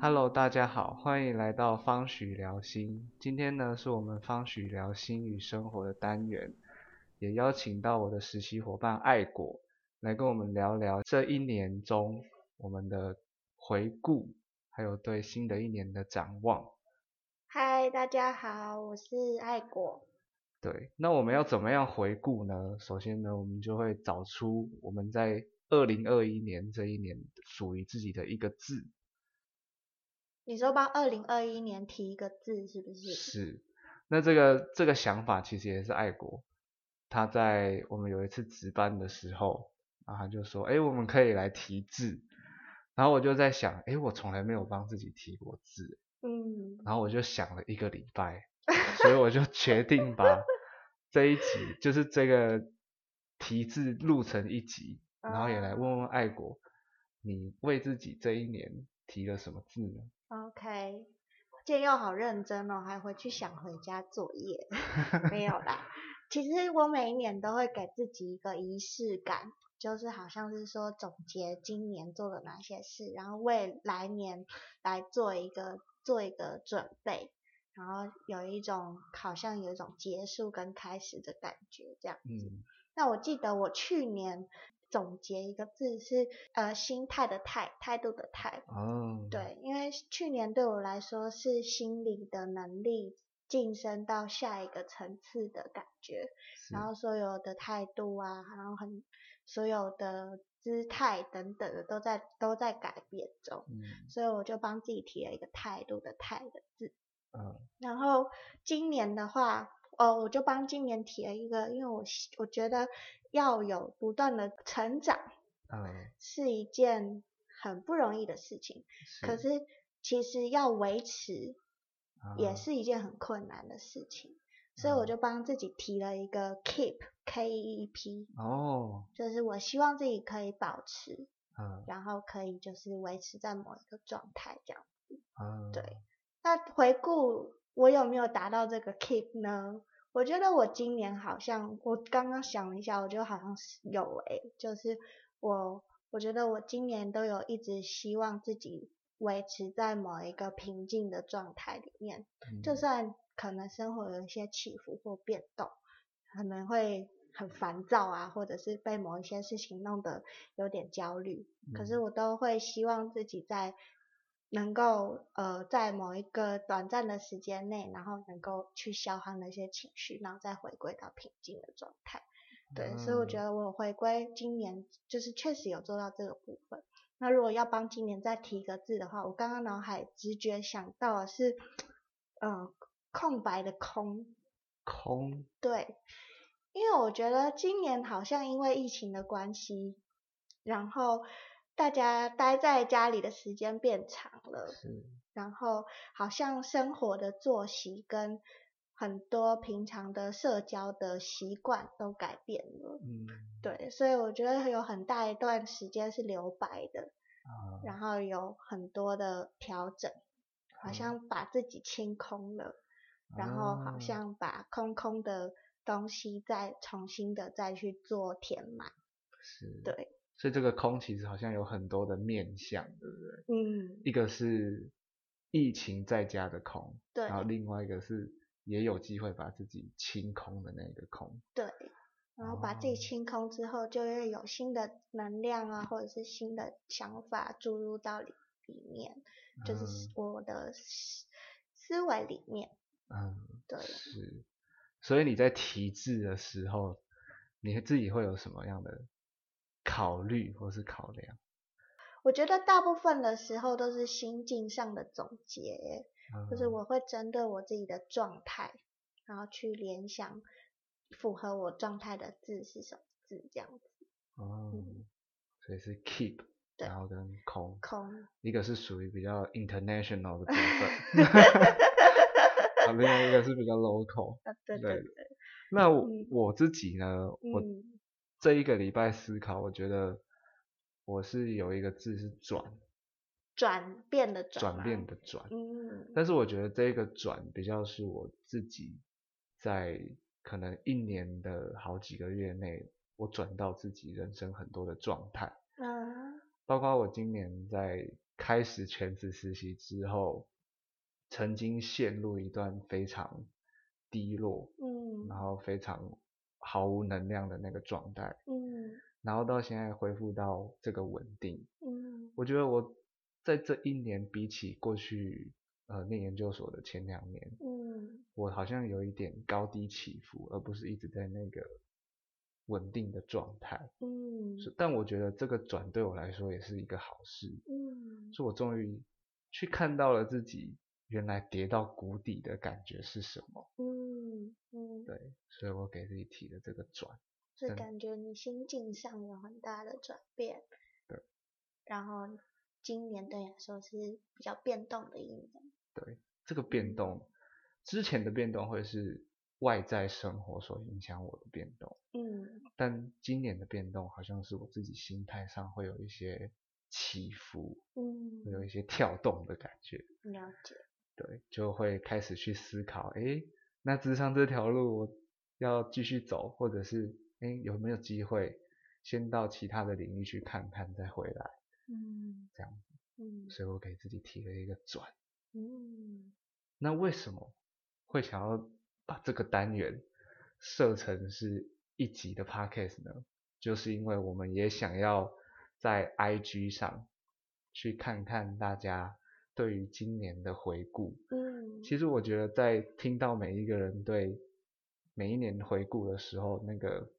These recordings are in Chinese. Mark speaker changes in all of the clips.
Speaker 1: Hello，大家好，欢迎来到方许聊心。今天呢，是我们方许聊心与生活的单元，也邀请到我的实习伙伴爱果来跟我们聊聊这一年中我们的回顾，还有对新的一年的展望。
Speaker 2: 嗨，大家好，我是爱果。
Speaker 1: 对，那我们要怎么样回顾呢？首先呢，我们就会找出我们在二零二一年这一年属于自己的一个字，
Speaker 2: 你说帮二零二一年提一个字是不是？
Speaker 1: 是，那这个这个想法其实也是爱国，他在我们有一次值班的时候，然后他就说，哎，我们可以来提字，然后我就在想，哎，我从来没有帮自己提过字，
Speaker 2: 嗯，
Speaker 1: 然后我就想了一个礼拜，所以我 就决定把这一集就是这个题字录成一集，然后也来问
Speaker 2: 啊
Speaker 1: 问爱国，你为自己这一年提了什么字呢？
Speaker 2: 哦 OK，建佑好认真哦，还回去想回家作 业。没有啦，其实我每一年都会给自己一个仪式感，就是好像是说总结今年做了哪些事，然后为来年来做一个做一个准备，然后有一种好像有一种结束跟开始的感觉，这样子。
Speaker 1: 嗯，
Speaker 2: 那我记得我去年总结一个字是呃心态的态，态度的态。
Speaker 1: 哦，，
Speaker 2: 对，因为去年对我来说是心理的能力晋升到下一个层次的感觉，
Speaker 1: 是
Speaker 2: 然后所有的态度啊，然后很所有的姿态等等的都在都在改变中，
Speaker 1: 嗯
Speaker 2: 所以我就帮自己提了一个态度的态的字。
Speaker 1: 嗯
Speaker 2: 然后今年的话，呃，我就帮今年提了一个，因为我希我觉得要有不断的成长
Speaker 1: 嗯，
Speaker 2: 是一件很不容易的事情，可
Speaker 1: 是
Speaker 2: 是其实要维持也
Speaker 1: 啊
Speaker 2: 是一件很困难的事情，所以我
Speaker 1: 嗯
Speaker 2: 就帮自己提了一个 keep K E E P，
Speaker 1: 哦，
Speaker 2: 就是我希望自己可以保持，
Speaker 1: 嗯
Speaker 2: 然后可以就是维持在某一个状态这样。
Speaker 1: 嗯，
Speaker 2: 对，那回顾我有没有达到这个 keep 呢？我觉得我今年好像，我刚刚想了一下，我觉得好像是有诶、就是我我觉得我今年都有一直希望自己维持在某一个平静的状态里面，就
Speaker 1: 嗯
Speaker 2: 算可能生活有一些起伏或变动，可能会很烦躁啊，或者是被某一些事情弄得有点焦虑，可是
Speaker 1: 嗯
Speaker 2: 我都会希望自己在能够呃在某一个短暂的时间内，然后能够去消化那些情绪，然后再回归到平静的状态。对，所以我觉
Speaker 1: 嗯
Speaker 2: 得我有回归今年就是确实有做到这个部分。那如果要帮今年再提一个字的话，我刚刚脑海直觉想到的是，呃，空白的空，
Speaker 1: 空，
Speaker 2: 对，因为我觉得今年好像因为疫情的关系，然后大家待在家里的时间变长了，
Speaker 1: 是
Speaker 2: 然后好像生活的作息跟很多平常的社交的习惯都改变了。
Speaker 1: 嗯
Speaker 2: 对，所以我觉得有很大一段时间是留白的，
Speaker 1: 啊
Speaker 2: 然后有很多的调整，好
Speaker 1: 嗯
Speaker 2: 像把自己清空了。然后好
Speaker 1: 啊
Speaker 2: 像把空空的东西再重新的再去做填满。
Speaker 1: 是，
Speaker 2: 对，
Speaker 1: 所以这个空其实好像有很多的面向，对不对？
Speaker 2: 嗯，
Speaker 1: 一个是疫情在家的空，
Speaker 2: 对
Speaker 1: 然后另外一个是也有机会把自己清空的那个空，
Speaker 2: 对。然后把自己
Speaker 1: 哦
Speaker 2: 清空之后，就会有新的能量啊，或者是新的想法注入到里里面，就是
Speaker 1: 嗯
Speaker 2: 我的思思维里面。
Speaker 1: 嗯，
Speaker 2: 对，
Speaker 1: 是。所以你在提字的时候，你自己会有什么样的考虑或是考量？
Speaker 2: 我觉得大部分的时候都是心境上的总结耶就是
Speaker 1: 嗯
Speaker 2: 我会针对我自己的状态，然后去联想符合我状态的字是什么字，这样子。
Speaker 1: 哦
Speaker 2: 嗯，
Speaker 1: 所以是 keep，
Speaker 2: 对
Speaker 1: 然后跟空，
Speaker 2: 空，
Speaker 1: 一个是属于比较 international 的部 分，啊，另外一个是比较 local。
Speaker 2: 啊，对
Speaker 1: 对
Speaker 2: 对
Speaker 1: 的
Speaker 2: 对，
Speaker 1: 那我
Speaker 2: 嗯
Speaker 1: 我自己呢，我
Speaker 2: 嗯
Speaker 1: 这一个礼拜思考，我觉得我是有一个字是转，
Speaker 2: 转变的转，
Speaker 1: 转变，的转，
Speaker 2: 嗯
Speaker 1: 但是我觉得这个转比较是我自己在可能一年的好几个月内，我转到自己人生很多的状态。
Speaker 2: 嗯
Speaker 1: 包括我今年在开始全职实习之后，曾经陷入一段非常低落，
Speaker 2: 嗯
Speaker 1: 然后非常毫无能量的那个状态，
Speaker 2: 嗯
Speaker 1: 然后到现在恢复到这个稳定。
Speaker 2: 嗯
Speaker 1: 我觉得我在这一年比起过去呃念研究所的前两年，
Speaker 2: 嗯
Speaker 1: 我好像有一点高低起伏，而不是一直在那个稳定的状态。
Speaker 2: 嗯
Speaker 1: 是但我觉得这个转对我来说也是一个好事，
Speaker 2: 嗯
Speaker 1: 是我终于去看到了自己原来跌到谷底的感觉是什么。
Speaker 2: 嗯嗯，
Speaker 1: 对，所以我给自己提的这个转，
Speaker 2: 所以
Speaker 1: 真的
Speaker 2: 感觉你心境上有很大的转变。
Speaker 1: 对。
Speaker 2: 然后今年对你来说是比较变动的一年。
Speaker 1: 这个变动，之前的变动会是外在生活所影响我的变动，
Speaker 2: 嗯
Speaker 1: 但今年的变动好像是我自己心态上会有一些起伏，会有
Speaker 2: 嗯，
Speaker 1: 一些跳动的感觉。
Speaker 2: 了解。
Speaker 1: 对，就会开始去思考，诶，那智商这条路我要继续走，或者是诶有没有机会先到其他的领域去看看再回来，
Speaker 2: 嗯
Speaker 1: 这样，
Speaker 2: 嗯
Speaker 1: 所以我给自己提了一个转。
Speaker 2: 嗯
Speaker 1: 那为什么会想要把这个单元设成是一集的 podcast 呢？就是因为我们也想要在 IG 上去看看大家对于今年的回顾，
Speaker 2: 嗯，
Speaker 1: 其实我觉得在听到每一个人对每一年回顾的时候，那个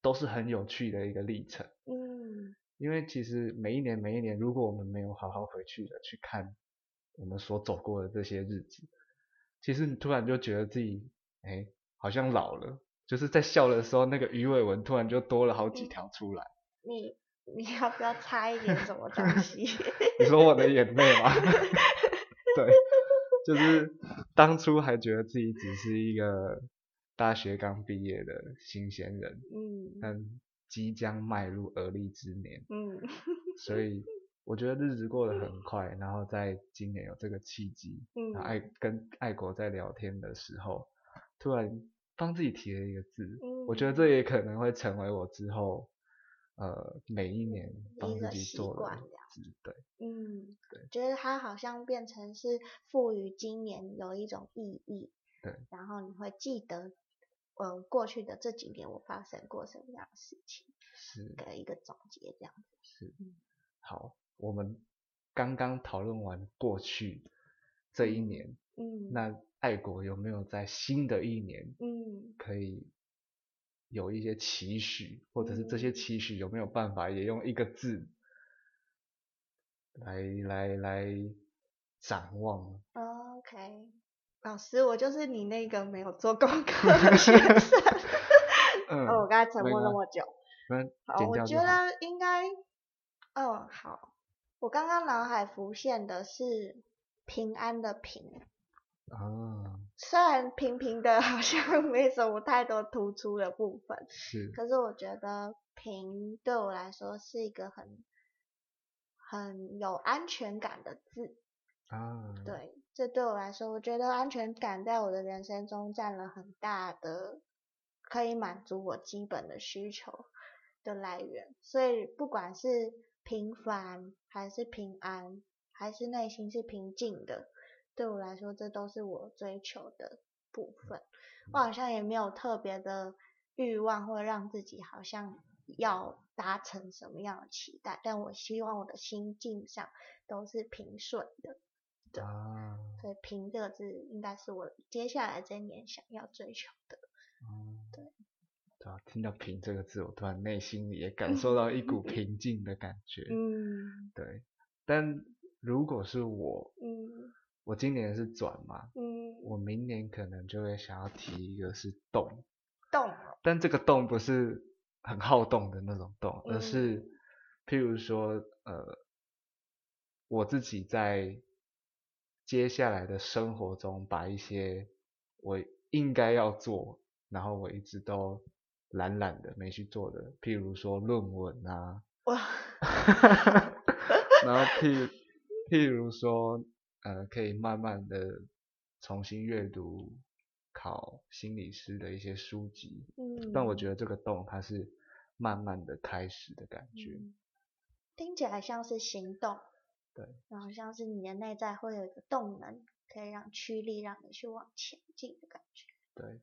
Speaker 1: 都是很有趣的一个历程。
Speaker 2: 嗯
Speaker 1: 因为其实每一年每一年，如果我们没有好好回去的去看我们所走过的这些日子，其实你突然就觉得自己哎好像老了，就是在笑的时候，那个鱼尾纹突然就多了好几条出来。
Speaker 2: 你你要不要擦一点什么东西？
Speaker 1: 你说我的眼泪吗？ 对，就是当初还觉得自己只是一个大学刚毕业的新鲜人，
Speaker 2: 嗯
Speaker 1: 但即将迈入而立之年，
Speaker 2: 嗯
Speaker 1: 所以我觉得日子过得很快。然后在今年有这个契机，
Speaker 2: 嗯
Speaker 1: 然后爱跟爱国在聊天的时候，突然帮自己提了一个字，我觉得
Speaker 2: 嗯
Speaker 1: 这也可能会成为我之后。呃，每一年帮
Speaker 2: 一
Speaker 1: 自
Speaker 2: 个
Speaker 1: 己
Speaker 2: 习
Speaker 1: 做
Speaker 2: 惯
Speaker 1: 的
Speaker 2: 这样
Speaker 1: 字，对，
Speaker 2: 嗯，
Speaker 1: 对
Speaker 2: 觉得它好像变成是赋予今年有一种意义，
Speaker 1: 对，
Speaker 2: 然后你会记得，呃，过去的这几年我发生过什么样的事情
Speaker 1: 是。
Speaker 2: 的一个总结，这样子，
Speaker 1: 是
Speaker 2: 嗯，
Speaker 1: 好，我们刚刚讨论完过去这一年，
Speaker 2: 嗯，
Speaker 1: 那爱国有没有在新的一年
Speaker 2: 嗯
Speaker 1: 可以有一些期许，或者是这些
Speaker 2: 嗯
Speaker 1: 期许有没有办法也用一个字来来来展望呢？
Speaker 2: 哦，OK，老师，我就是你那个没有做功课 的学生，
Speaker 1: 嗯，
Speaker 2: 哦，我刚才沉
Speaker 1: 没
Speaker 2: 默那
Speaker 1: 关
Speaker 2: 么久。
Speaker 1: 那
Speaker 2: 好，
Speaker 1: 剪
Speaker 2: 我
Speaker 1: 掉
Speaker 2: 觉
Speaker 1: 就好。
Speaker 2: 得应该，嗯，好。我刚刚脑海浮现的是平安的平，
Speaker 1: 啊，
Speaker 2: 虽然平平的 好像没什么太多突出的部分，
Speaker 1: 是，
Speaker 2: 可是我觉得平对我来说是一个很很有安全感的字。
Speaker 1: 啊，，
Speaker 2: 对，这对我来说，我觉得安全感在我的人生中占了很大的，可以满足我基本的需求的来源。所以不管是平凡，还是平安，还是内心是平静的，对我来说，这都是我追求的部分。我好像也没有特别的欲望，或让自己好像要达成什么样的期待，但我希望我的心境上都是平顺的。对
Speaker 1: 啊，
Speaker 2: 所以“平”这个字应该是我接下来这一年想要追求的。
Speaker 1: 嗯，对啊，听到“平”这个字，我突然内心里也感受到一股平静的感觉。
Speaker 2: 嗯
Speaker 1: 对，但如果是我，
Speaker 2: 嗯
Speaker 1: 我今年是转嘛，
Speaker 2: 嗯，
Speaker 1: 我明年可能就会想要提一个是动，
Speaker 2: 动了，
Speaker 1: 但这个动不是很好动的那种动，而
Speaker 2: 嗯
Speaker 1: 是譬如说，呃，我自己在接下来的生活中，把一些我应该要做，然后我一直都懒懒的没去做的，譬如说论文啊，
Speaker 2: 哇，
Speaker 1: 然后譬譬如说，呃，可以慢慢的重新阅读考心理师的一些书籍，
Speaker 2: 嗯，
Speaker 1: 但我觉
Speaker 2: 得
Speaker 1: 得这个动它是
Speaker 2: 嗯
Speaker 1: 慢慢的开始的感觉，
Speaker 2: 听起来像是行动，
Speaker 1: 对，
Speaker 2: 然后像是你的内在会有一个动能，可以让驱力让你去往前进的感觉。
Speaker 1: 对。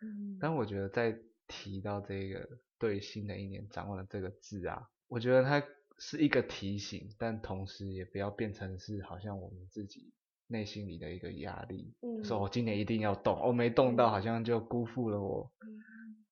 Speaker 2: 嗯，
Speaker 1: 但我觉得在提到这个对新的一年展望的这个字啊，我觉得它是一个提醒，但同时也不要变成是好像我们自己内心里的一个压力，
Speaker 2: 嗯
Speaker 1: 说我今年一定要动，我、哦没动到好像就辜负了我
Speaker 2: 嗯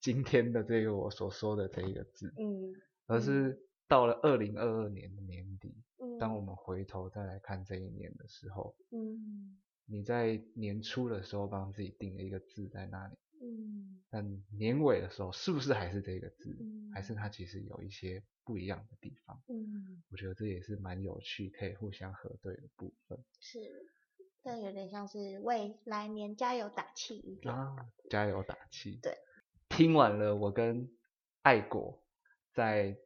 Speaker 1: 今天的这个我所说的这一个字，
Speaker 2: 嗯
Speaker 1: 而
Speaker 2: 嗯
Speaker 1: 是到了二零二二年的年底，
Speaker 2: 嗯，
Speaker 1: 当我们回头再来看这一年的时候，
Speaker 2: 嗯
Speaker 1: 你在年初的时候帮自己定了一个字在那里。
Speaker 2: 嗯
Speaker 1: 但年尾的时候是不是还是这个字，
Speaker 2: 嗯，
Speaker 1: 还是它其实有一些不一样的地方？
Speaker 2: 嗯
Speaker 1: 我觉得这也是蛮有趣，可以互相核对的部分
Speaker 2: 是，但有点像是为来年加油打气一点。
Speaker 1: 啊，加油打气。
Speaker 2: 对，
Speaker 1: 听完了我跟爱果在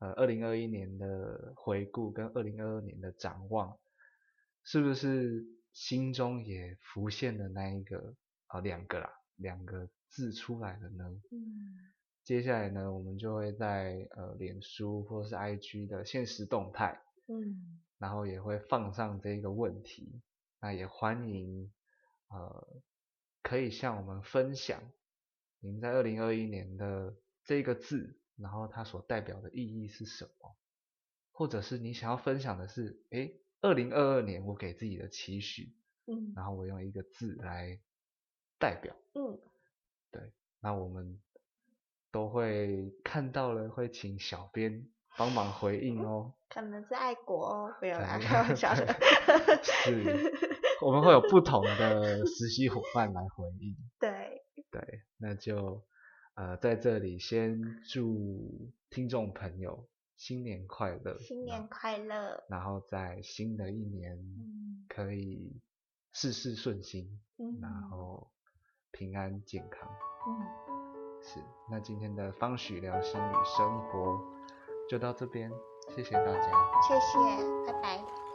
Speaker 1: 呃二零二一年的回顾跟二零二二年的展望，是不是心中也浮现了那一个啊两个啦两个字出来了呢？
Speaker 2: 嗯
Speaker 1: 接下来呢，我们就会在呃脸书或是 IG 的现实动态，
Speaker 2: 嗯
Speaker 1: 然后也会放上这个问题。那也欢迎呃可以向我们分享您在二零二一年的这个字，然后它所代表的意义是什么，或者是你想要分享的是，诶，二零二二年我给自己的期许，
Speaker 2: 嗯
Speaker 1: 然后我用一个字来代表。
Speaker 2: 嗯，
Speaker 1: 那我们都会看到了，会请小编帮忙回应哦。
Speaker 2: 可能是爱国哦，没有啦，
Speaker 1: 可能
Speaker 2: 开玩笑的。
Speaker 1: 是，我们会有不同的实习伙伴来回应。
Speaker 2: 对，
Speaker 1: 对，那就呃在这里先祝听众朋友新年快乐，
Speaker 2: 新年快乐。
Speaker 1: 然后，然后在新的一年
Speaker 2: 嗯
Speaker 1: 可以事事顺心，
Speaker 2: 嗯，
Speaker 1: 然后平安健康。
Speaker 2: 嗯。
Speaker 1: 是，那今天的方许聊心与生活就到这边，谢谢大家。
Speaker 2: 谢谢，拜拜。